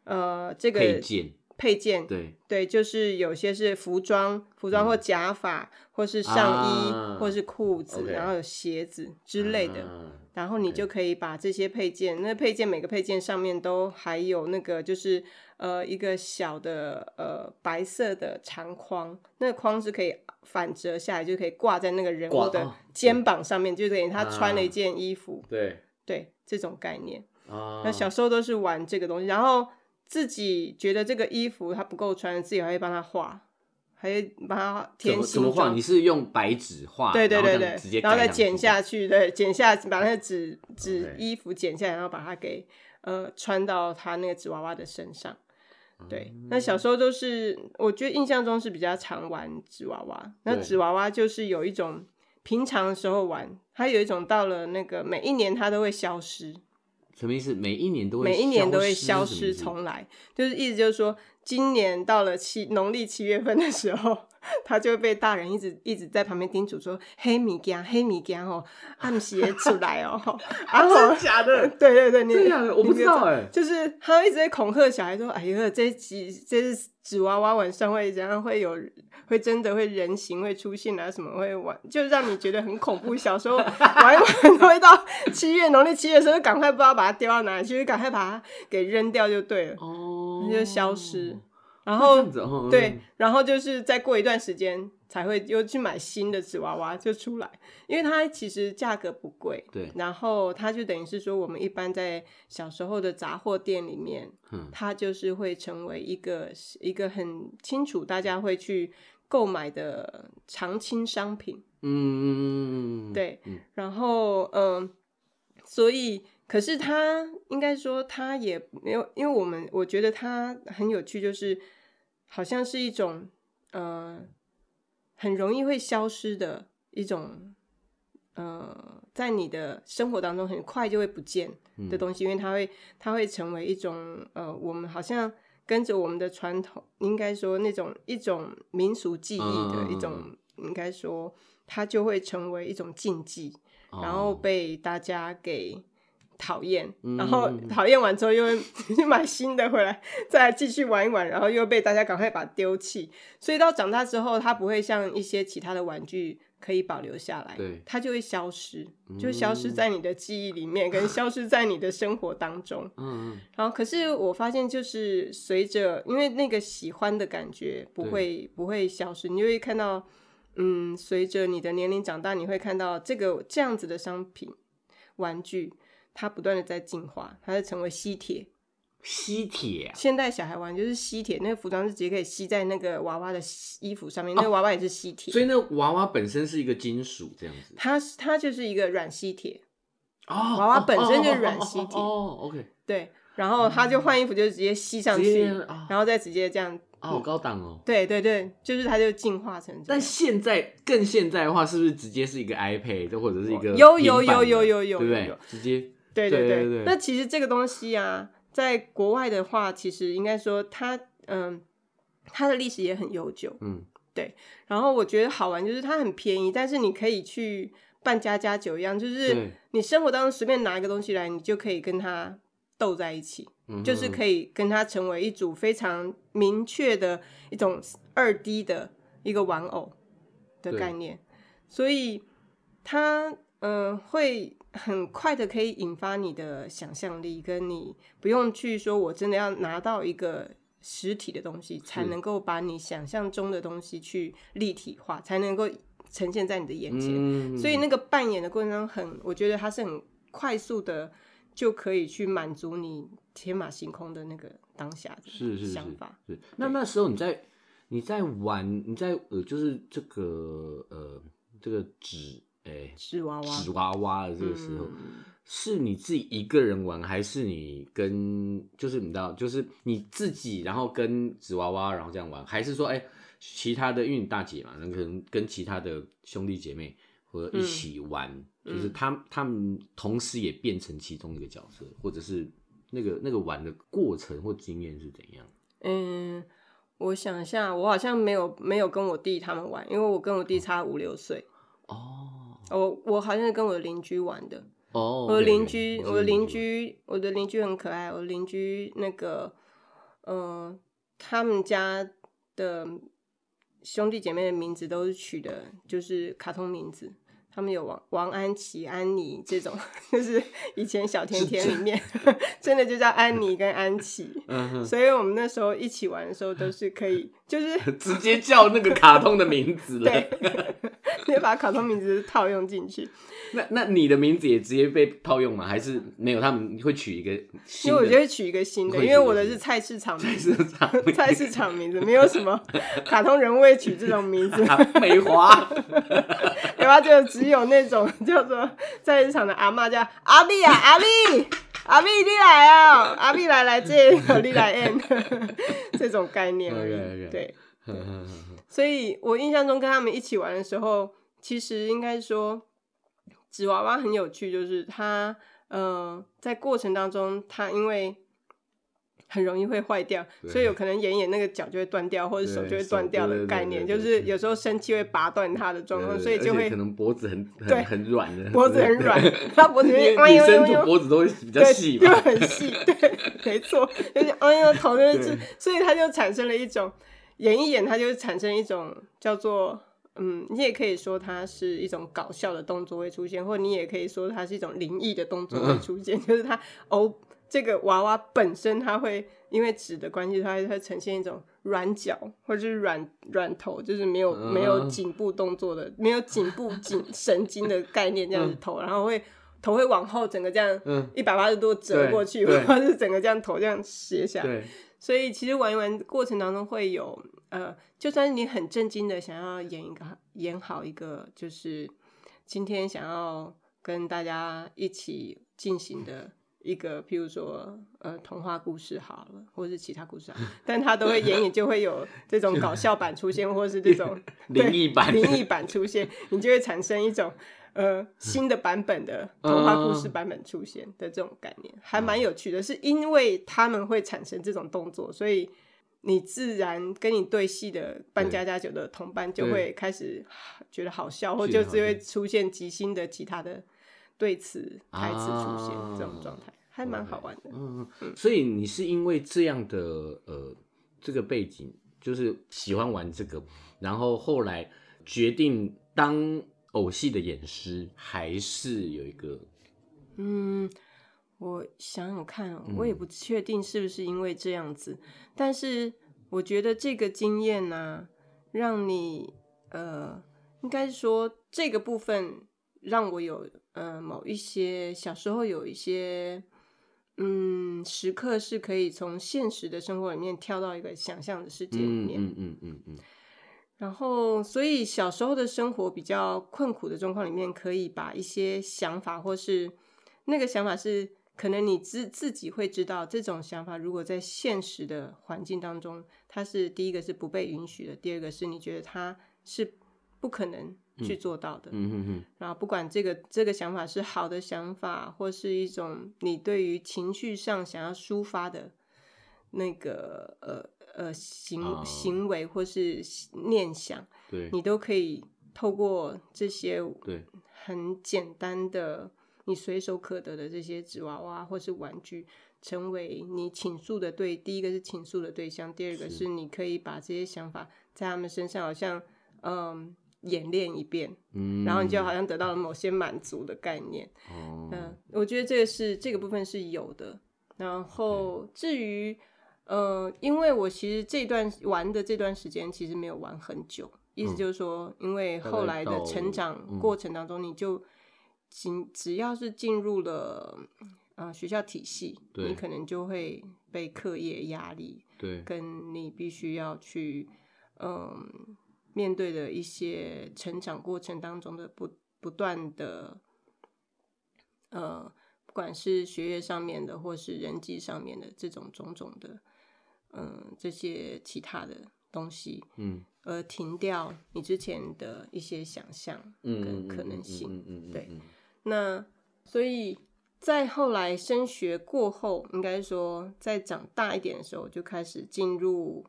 S4: 呃这个
S2: 配件，
S4: 配件
S2: 对，嗯
S4: 对，就是有些是服装、服装或假发，或是上衣，
S2: 啊
S4: 或是裤子
S2: OK
S4: 然后有鞋子之类的。
S2: 啊
S4: 然后你就可以把这些配件，那配件每个配件上面都还有那个就是呃一个小的呃白色的长框，那个框是可以反折下来，就可以挂在那个人
S2: 挂
S4: 物的
S2: 哦
S4: 肩膀上面，就等于他穿了一
S2: 啊
S4: 件衣服，
S2: 对
S4: 对这种概念。
S2: 啊，
S4: 那小时候都是玩这个东西，然后自己觉得这个衣服它不够穿，自己还会帮他画，还会把它
S2: 怎
S4: 填
S2: 么
S4: 形
S2: 怎么画？
S4: 状
S2: 你是用白纸画，
S4: 对对
S2: 然后
S4: 对
S2: 这样哦
S4: 对，
S2: 直接
S4: 然后
S2: 盖
S4: 再
S2: 上
S4: 剪
S2: 去
S4: 下去，对，剪下把那个纸纸
S2: OK
S4: 衣服剪下来，然后把它给呃穿到他那个纸娃娃的身上。对，那
S2: 嗯
S4: 小时候都是，我觉得印象中是比较常玩纸娃娃。那
S2: 对
S4: 纸娃娃就是有一种平常的时候玩，它有一种到了那个每一年它都会消失，
S2: 什么意思？每一年都会
S4: 每一年都会
S2: 是什
S4: 消
S2: 么
S4: 失
S2: 意思
S4: 重来，就是意思就是说，今年到了七农历七月份的时候， 他就会被大人一直一直在旁边叮嘱说：“黑米羹，黑米羹哦，暗时也出来哦。 吼”然后
S2: 假啊的
S4: 对对对，你
S2: 真的假的我不知道
S4: 哎、
S2: 哎
S4: 就是他会一直在恐吓小孩说：“哎呀，这几这是纸娃娃晚上会怎样？会有会真的会人形会出现啊？什么会玩？就让你觉得很恐怖。小时候玩一玩都会到七月农历七月的时候，赶快不知道把它丢到哪里去，就赶快把它给扔掉就对了，
S2: 哦
S4: 它，就消失。然
S2: 然
S4: 后
S2: 后
S4: 对，然后就是再过一段时间才会又去买新的纸娃娃就出来，因为它其实价格不贵。
S2: 对
S4: 然后它就等于是说，我们一般在小时候的杂货店里面，
S2: 嗯
S4: 它就是会成为一个一个很清楚大家会去购买的常青商品。
S2: 嗯，
S4: 对，
S2: 嗯
S4: 然后嗯，所以可是他应该说他也没有，因为我们我觉得他很有趣，就是好像是一种呃很容易会消失的一种呃，在你的生活当中很快就会不见
S2: 嗯
S4: 的东西，因为它会它会成为一种呃，我们好像。跟着我们的传统，应该说那种一种民俗记忆的一种，
S2: 嗯嗯
S4: 应该说它就会成为一种禁忌，
S2: 哦
S4: 然后被大家给讨厌，
S2: 嗯
S4: 然后讨厌完之后又会 去买新的回来，再继续玩一玩，然后又被大家赶快把它丢弃。所以到长大之后，它不会像一些其他的玩具可以保留下来
S2: 对，嗯
S4: 它就会消失，就消失在你的记忆里面，跟消失在你的生活当中。
S2: 嗯
S4: 然后，可是我发现，就是随着因为那个喜欢的感觉不
S2: 对
S4: 会不会消失，你就会看到，嗯，随着你的年龄长大，你会看到这个这样子的商品玩具，它不断的在进化，它在成为吸铁。
S2: 吸铁啊，
S4: 现代小孩玩就是吸铁，那个服装是直接可以吸在那个娃娃的衣服上面，那个娃娃也是吸铁，
S2: 哦所以那娃娃本身是一个金属这样子
S4: 它它就是一个软吸铁，
S2: 哦，
S4: 娃娃
S2: 哦
S4: 本身
S2: 哦
S4: 就是
S2: 哦
S4: 软
S2: 哦
S4: 吸铁
S2: 哦，OK，
S4: 对，然后它就换衣服就直接吸上
S2: 嗯直接
S4: 去，
S2: 啊
S4: 然后再直接这样
S2: 啊，好高档哦。
S4: 对对对，就是它就进化成这
S2: 但
S4: 样。
S2: 现在更现在的话，是不是直接是一个 iPad 或者是一个
S4: 有有
S2: 平板的
S4: 有有有有
S2: 对不
S4: 有有
S2: 对？直接
S4: 对
S2: 对
S4: 对
S2: 对对
S4: 那其实这个东西啊，在国外的话，其实应该说它嗯，它的历史也很悠久。
S2: 嗯，
S4: 然后我觉得好玩就是它很便宜，但是你可以去办家家酒一样，就是
S2: 对
S4: 你生活当中随便拿一个东西来，你就可以跟它斗在一起。
S2: 嗯
S4: 就是
S2: 以
S4: 可以跟它成为一组非常明确的一种二 D 的一个玩偶的
S2: 对
S4: 概念，所以它嗯、呃会很快的可以引发你的想象力，跟你不用去说我真的要拿到一个实体的东西，才
S2: 是
S4: 能够把你想象中的东西去立体化，才能够呈现在你的眼前。
S2: 嗯
S4: 所以那个扮演的过程中很，我觉得它是很快速的，就可以去满足你天马行空的那个当下的
S2: 是是是
S4: 想法。
S2: 是，那那时候你在你在玩你在呃，就是这个呃这个纸哎
S4: 纸娃娃，嗯
S2: 纸娃娃的这个时候，是你自己一个人玩，还是你跟就是你知道，就是你自己，然后跟纸娃娃，然后这样玩，还是说哎、其他的，因为你大姐嘛，那可能跟其他的兄弟姐妹或者一起玩，
S4: 嗯
S2: 就是他们他们同时也变成其中一个角色，或者是那个那个玩的过程或经验是怎样？
S4: 嗯，我想一下，我好像没有没有跟我弟他们玩，因为我跟我弟差五六岁，
S2: 哦
S4: 我我好像是跟我的邻居玩的。
S2: 哦，
S4: 我的邻居，
S2: 对
S4: 我的邻，居，我的邻居很可爱。我的邻居那个，呃，他们家的兄弟姐妹的名字都是取的，就是卡通名字。他们有王王安琪、安妮这种，就是以前小甜甜里 面 真的就叫安妮跟安琪，
S2: 嗯哼，
S4: 所以我们那时候一起玩的时候都是可以，就是
S2: 直接叫那个卡通的名字了。
S4: 对，你把卡通名字套用进去，
S2: 那那你的名字也直接被套用吗？还是没有？他们会取一个新
S4: 因为
S2: 的？
S4: 我就会取一个新的，
S2: 会
S4: 因
S2: 取一
S4: 为
S2: 个
S4: 我的
S2: 新
S4: 是
S2: 的
S4: 菜市场
S2: 菜市场名字
S4: 菜市场名字，没有什 么卡通人物会取这种名字，
S2: 啊美华，
S4: 然后就只有那种 叫做菜市场的阿嬷叫阿碧啊，阿碧，阿碧你来啊，阿碧来来这，你来 N，这种概念而已。
S2: OK，OK
S4: 对，所以我印象中跟他们一起玩的时候，其实应该说纸娃娃很有趣，就是它，呃，在过程当中，它因为很容易会坏掉，
S2: 对
S4: 所以有可能演演那个脚就会断掉，或者手
S2: 对
S4: 就会
S2: 手
S4: 断掉
S2: 对
S4: 的
S2: 对
S4: 概
S2: 对
S4: 念，
S2: 对
S4: 就是
S2: 对
S4: 有时候生气会拔断它的状况，所以
S2: 而
S4: 就
S2: 且
S4: 会
S2: 可能脖子很
S4: 对
S2: 很很软的，
S4: 脖子很 软，它脖子
S2: 因
S4: 会
S2: 为
S4: 哎
S2: 女
S4: 呦
S2: 生
S4: 呦
S2: 的
S4: 呦。
S2: 脖子都会比较
S4: 对，
S2: 细
S4: 就
S2: 嘛。
S4: 很细，对， 没错，就是哎呦，头就是
S2: 对，
S4: 所以它就产生了一种演一演，它就产生一种叫做嗯，你也可以说它是一种搞笑的动作会出现，或你也可以说它是一种灵异的动作
S2: 嗯
S4: 会出现， 就是它哦，这个娃娃本身它会因为纸的关系，它它会呈现一种软脚或者是软软头，就是没有没有
S2: 嗯
S4: 颈部动作的，没有颈部颈神经的概念这样子
S2: 嗯
S4: 头，然后会。头会往后整个这样
S2: 嗯，
S4: 一百八十度折
S2: 对
S4: 过去，
S2: 对
S4: 或者是整个这样头这样斜下来。
S2: 对，
S4: 所以其实玩一玩过程当中会有呃，就算你很震惊的想要演一个演好一个，就是今天想要跟大家一起进行的一个，譬如说呃童话故事好了，或是其他故事好了，但他都会 演演就会有这种搞笑版出现，或是这种
S2: 灵异版
S4: 对灵异版出现，你就会产生一种呃新的版本的
S2: 嗯
S4: 童话故事版本出现的这种概念，还蛮有趣的。是因为他们会产生这种动作，所以你自然跟你对戏的扮家家酒的同伴就会开始觉得好笑，或
S2: 觉
S4: 就
S2: 得好
S4: 是会
S2: 笑
S4: 出现即兴的其他的对词、台词出现、
S2: 啊
S4: 这种状态，还蛮好玩 的。
S2: 嗯，所以你是因为这样的呃这个背景，就是喜欢玩这个，然后后来决定当偶戏的演师，还是有一个
S4: 嗯，我想想看哦，我也不确定是不是因为这样子，但是我觉得这个经验呢、让你呃，应该说这个部分让我有呃某一些小时候有一些嗯时刻是可以从现实的生活里面跳到一个想象的世界里
S2: 嗯
S4: 面，
S2: 嗯嗯嗯嗯，
S4: 然后，所以小时候的生活比较困苦的状况里面，可以把一些想法，或是那个想法是可能你自自己会知道，这种想法如果在现实的环境当中，它是第一个是不被允许的，第二个是你觉得它是不可能去做到的。
S2: 嗯嗯嗯
S4: 然后，不管这个这个想法是好的想法，或是一种你对于情绪上想要抒发的那个呃呃行、
S2: 啊
S4: 行为或是念想，
S2: 对
S4: 你都可以透过这些
S2: 对
S4: 很简单的、你随手可得的这些纸娃娃或是玩具，成为你倾诉的对。第一个是倾诉的对象，第二个
S2: 是
S4: 是你可以把这些想法在他们身上好像嗯演练一遍，
S2: 嗯，
S4: 然后你就好像得到了某些满足的概念。
S2: 哦，
S4: 嗯，我觉得这个是这个部分是有的。然后至于呃，因为我其实这段玩的这段时间其实没有玩很久，意思
S2: 嗯
S4: 就是说，因为
S2: 大
S4: 后
S2: 概
S4: 来的
S2: 到
S4: 成长
S2: 嗯
S4: 过程当中，你就仅只要是进入了呃学校体系，你
S2: 对
S4: 可能就会被课业压力
S2: 对
S4: 跟你必须要去嗯面对的一些成长过程当中的不不断的呃，不管是学业上面的，或是人际上面的这种种种的，嗯，这些其他的东西，
S2: 嗯
S4: 而停掉你之前的一些想象
S2: 嗯
S4: 跟
S2: 嗯
S4: 可能
S2: 嗯
S4: 性。
S2: 嗯嗯嗯
S4: 对
S2: 嗯
S4: 那所以在后来升学过后，应该说在长大一点的时候，就开始进入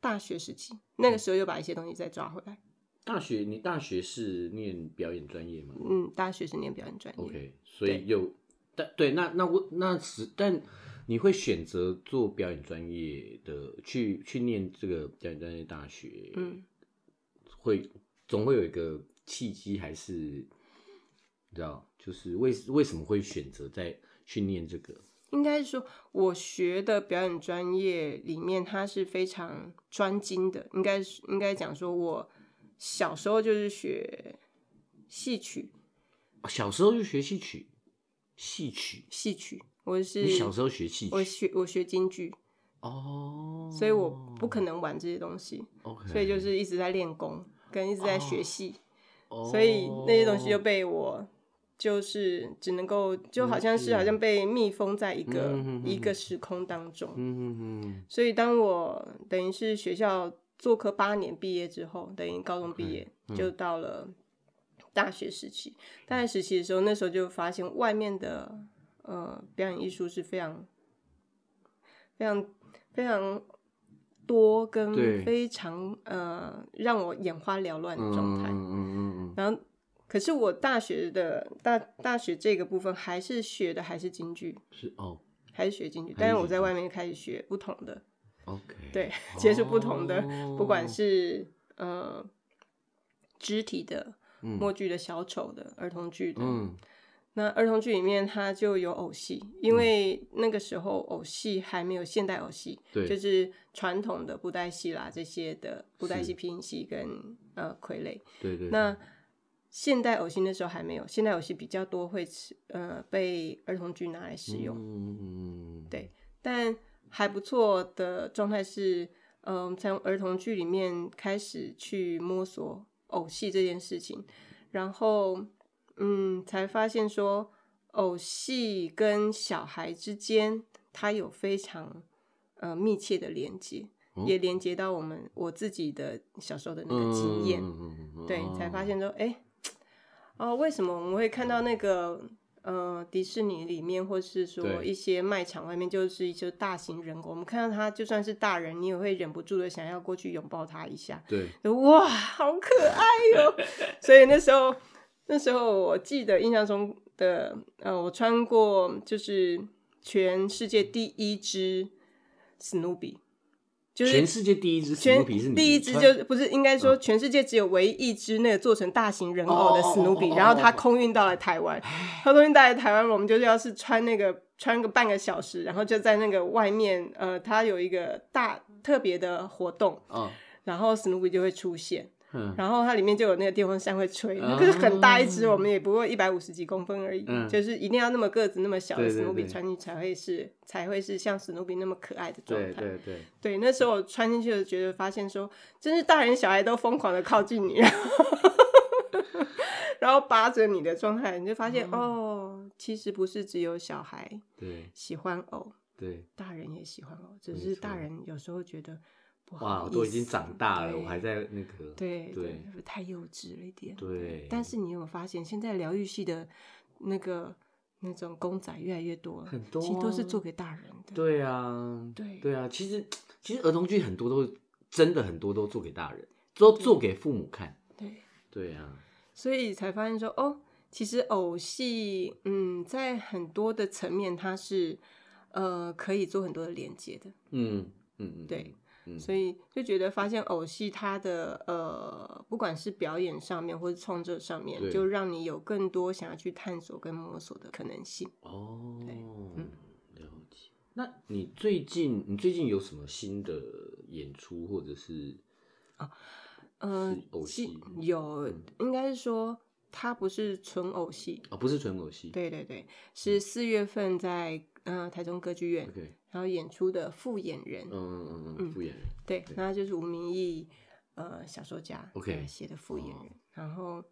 S4: 大学时期。那个时候又把一些东西再抓回来。
S2: 大学你大学是念表演专业吗
S4: 嗯，大学是念表演专业。
S2: ？OK，所
S4: 对
S2: 以又但对那那我那是但你会选择做表演专业的去去念这个表演专业大学，
S4: 嗯，
S2: 会总会有一个契机还是知道，就是为为什么会选择在去念这个？
S4: 应该是说，我学的表演专业里面，它是非常专精的。应该是应该讲说，我小时候就是学戏曲，
S2: 哦小时候就学戏曲，戏曲，
S4: 戏曲我是
S2: 你小时候学戏
S4: 我
S2: 曲
S4: 学我学京剧，
S2: 哦，
S4: 所以我不可能玩这些东西，
S2: ，OK，
S4: 所以就是一直在练功，跟一直在
S2: 哦
S4: 学戏。
S2: 哦，
S4: 所以那些东西就被我就是只能够就好像是好像被密封在一个、
S2: 嗯哼哼
S4: 一个时空当中。
S2: 嗯嗯嗯，
S4: 所以当我等于是学校做科八年毕业之后，等于高中毕业、
S2: 嗯
S4: 就到了大学时期。大学时期的时候，那时候就发现外面的呃表演艺术是非常非常非常。多跟
S2: 对
S4: 非常呃让我眼花缭乱的
S2: 嗯
S4: 状态，
S2: 嗯嗯嗯嗯，
S4: 然后，可是我大学的大大学这个部分还是学的还是京剧，
S2: 是哦
S4: 还是学京剧，
S2: 还是
S4: 但是我
S2: 京
S4: 在
S2: 剧
S4: 外面开始学不同的，
S2: ，OK，
S4: 对，接触不同的，不管
S2: 哦
S4: 是呃肢体的、
S2: 嗯
S4: 默剧的、小丑的、儿童剧的。
S2: 嗯
S4: 那儿童剧里面它就有偶戏，因为那个时候偶戏还没有现代偶戏，
S2: 对
S4: 就是传统的布袋戏啦这些的布袋
S2: 是
S4: 戏、皮影戏跟呃傀儡。
S2: 对对，
S4: 那现代偶戏那时候还没有，现代偶戏比较多会吃呃被儿童剧拿来使用，
S2: 嗯嗯，
S4: 对但还不错的状态是，嗯、我们从儿童剧里面开始去摸索偶戏这件事情，然后嗯才发现说偶戏跟小孩之间它有非常呃密切的连接，
S2: 哦
S4: 也连接到我们我自己的小时候的那个经验。
S2: 嗯
S4: 对，才发现说，哎、哦，为什么我们会看到那个呃迪士尼里面，或是说
S2: 对
S4: 一些卖场外面，就是一些大型人偶，我们看到他就算是大人，你也会忍不住的想要过去拥抱他一下，
S2: 对，
S4: 就哇，好可爱哟、所以那时候，那时候我记得印象中的，呃，我穿过就是全世界第一只史努比。就是
S2: 全世界第一只史
S4: 全
S2: 努比是你嗯
S4: 第一只就是不是应该说全世界只有唯一一只那个做成大型人偶的史努比
S2: 哦哦哦哦，哦
S4: 然后它空运到了台湾，它空运到了台湾，我们就是要是穿那个穿个半个小时，然后就在那个外面，呃，它有一个大特别的活动，
S2: 哦，
S4: 然后史努比就会出现，
S2: 嗯
S4: 然后它里面就有那个电风扇会吹，
S2: 啊
S4: 那个是很大一只，我们也不过一百五十几公分而已，
S2: 嗯
S4: 就是一定要那么个子那么小的
S2: 对对
S4: 史努比
S2: 对
S4: 穿进去才会是才会是像史努比那么可爱的状
S2: 对
S4: 态。
S2: 对对，
S4: 对，那时候我穿进去的，觉得发现说，真是大人小孩都疯狂的靠近你，然后然后扒着你的状态，你就发
S2: 嗯
S4: 现、哦，其实不是只有小孩
S2: 对
S4: 喜欢偶，
S2: 对，
S4: 大人也喜欢偶，只
S2: 没
S4: 是
S2: 错
S4: 大人有时候觉得不好
S2: 哇，我都已经
S4: 意思
S2: 长大了，
S4: 对
S2: 我还在那个，
S4: 对
S2: 对
S4: 对太幼稚了一点。
S2: 对
S4: 但是你有没有发现，现在疗愈系的那个那种公仔越来越多了，
S2: 很多
S4: 其实都是
S2: 啊
S4: 做给大人的。
S2: 对啊，
S4: 对
S2: 对啊，其实其实儿童剧很多都真的很多都做给大人，都做给父母看，
S4: 对。
S2: 对啊，
S4: 所以才发现说，哦，其实偶戏，嗯，在很多的层面，它是呃可以做很多的连接的，
S2: 嗯嗯嗯，
S4: 对，
S2: 嗯，
S4: 所以就觉得发现偶戏它的呃，不管是表演上面或是创作上面，
S2: 对
S4: 就让你有更多想要去探索跟摸索的可能性。
S2: 哦，
S4: 对嗯
S2: 了解。那你最近你最近有什么新的演出或者是
S4: 嗯、
S2: 是偶
S4: 其
S2: 戏
S4: 有
S2: 嗯，
S4: 应该是说它不是纯偶戏，
S2: 啊、不是纯偶戏？
S4: 对对对，是四月份在呃台中歌剧院，
S2: ，OK，
S4: 然后演出的复演人
S2: 嗯，嗯嗯嗯，
S4: 嗯
S2: 复演人，
S4: 对
S2: 对，
S4: 那就是吴明义，呃，小说家
S2: OK
S4: 呃写的复眼
S2: 哦
S4: 人。然后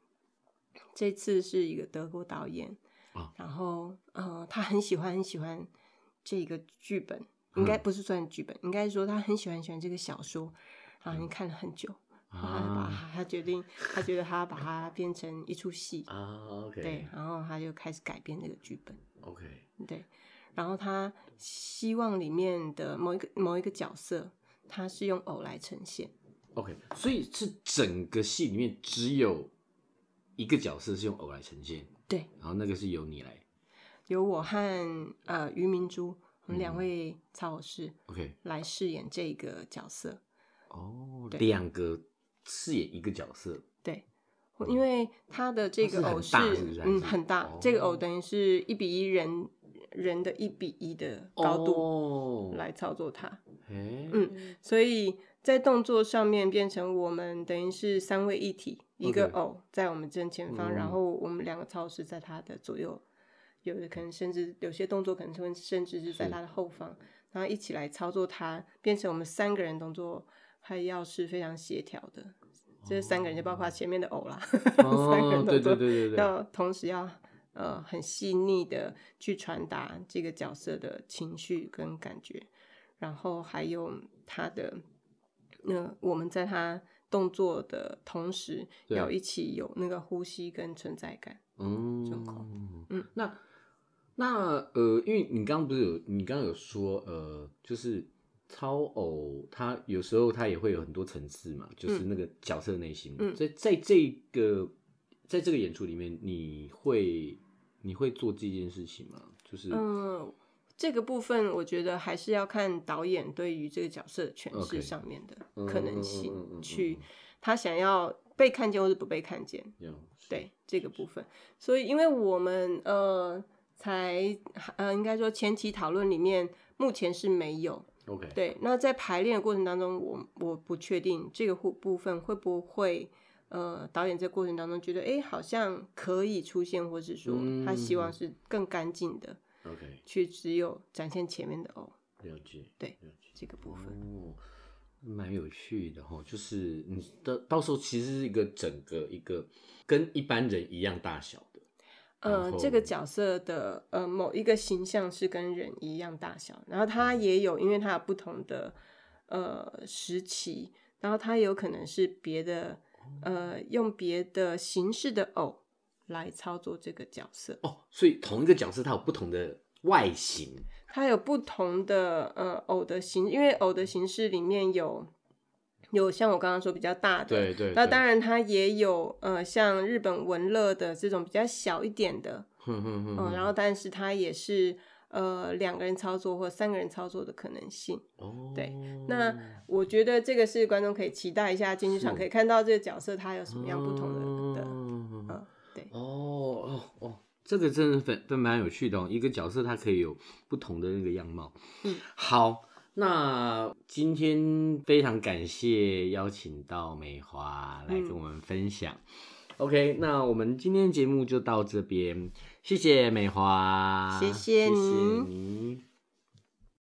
S4: 这次是一个德国导演，
S2: 哦
S4: 然后呃，他很喜欢很喜欢这个剧本，应该
S2: 嗯
S4: 不是算剧本，应该说他很喜欢很喜欢这个小说，然后你看了很久，然后他就把
S2: 嗯啊
S4: 它他决定，他觉得他把它变成一出戏，
S2: 啊
S4: 对
S2: ，OK，
S4: 然后他就开始改编这个剧本。
S2: OK，
S4: 对，然后他希望里面的某一个某一个角色，他是用偶来呈现。
S2: OK，所以是整个戏里面只有一个角色是用偶来呈现，
S4: 对，
S2: 然后那个是由你来
S4: 由我和呃于明珠，我们
S2: 嗯
S4: 两位操偶师
S2: ，OK，
S4: 来饰演这个角色。
S2: 哦，
S4: 对
S2: 两个饰演一个角色，
S4: 对，因为它的这个
S2: 它
S4: 偶
S2: 嗯是很大是不是还
S4: 嗯
S2: 是
S4: 很大
S2: 哦，
S4: 这个偶等于是一比一人人的一比一的
S2: 哦
S4: 高度
S2: 度
S4: 来操作它，
S2: 嗯，
S4: 所以在动作上面变成我们等于是三位一体，一个
S2: OK
S4: 偶在我们正前方，
S2: 嗯
S4: 然后我们两个操师在它的左右，有的可能甚至有些动作可能会甚至是在
S2: 是
S4: 它的后方，然后一起来操作它，变成我们三个人动作还要是非常协调的。这三个人就包括前面的偶啦， 三个
S2: 哦，
S4: 人
S2: 对对
S4: 动作
S2: 对对对，
S4: 要同时要呃很细腻的去传达这个角色的情绪跟感觉，然后还有他的，那、我们在他动作的同时，
S2: 对
S4: 要一起有那个呼吸跟存在感。状况
S2: 嗯，
S4: 嗯
S2: 那那呃，因为你刚刚不是有你刚刚有说呃，就是超偶它有时候它也会有很多层次嘛，就是
S4: 嗯
S2: 那个角色内心嘛，
S4: 嗯
S2: 所以在这个在这个演出里面，你会你会做这件事情吗？就是
S4: 嗯，这个部分我觉得还是要看导演对于这个角色的诠
S2: OK
S4: 释上面的可能性，
S2: 嗯嗯嗯嗯嗯嗯
S4: 去他想要被看见或是不被看见。
S2: 这样
S4: 对这个部分。所以，因为我们呃才呃应该说前期讨论里面目前是没有
S2: OK
S4: 对。那在排练的过程当中，我我不确定这个部部分会不会呃导演在过程当中觉得诶好像可以出现，或是说
S2: 嗯
S4: 他希望是更干净的，
S2: OK
S4: 去只有展现前面的哦
S2: 了解
S4: 对
S2: 了解。
S4: 这个部分。
S2: 哦，蛮有趣的哈、就是你到到时候其实是一个整个一个跟一般人一样大小的，
S4: 呃
S2: 然，后
S4: 这个角色的呃某一个形象是跟人一样大小，然后
S2: 嗯
S4: 他也有，因为他有不同的呃时期，然后他有可能是别的呃用别的形式的偶来操作这个角色，
S2: 哦，所以同一个角色它有不同的外形，
S4: 它有不同的呃偶的形，因为偶的形式里面有有像我刚刚说比较大的，
S2: 对对
S4: 那
S2: 对
S4: 当然它也有呃像日本文乐的这种比较小一点的，
S2: 哼哼哼
S4: 嗯，然
S2: 后
S4: 后但是它也是呃两个人操作或三个人操作的可能性。
S2: 哦，
S4: 对那我觉得这个是观众可以期待一下，进剧场
S2: 是
S4: 可以看到这个角色他有什么样不同的、的。
S2: 嗯
S4: 呃对
S2: 哦哦哦，这个真的非非蛮有趣的哦，一个角色它可以有不同的那个样貌。
S4: 嗯，
S2: 好，那今天非常感谢邀请到美华来跟
S4: 嗯
S2: 我们分享。OK，那我们今天节目就到这边，谢谢美华，
S4: 谢
S2: 谢
S4: 谢您
S2: 您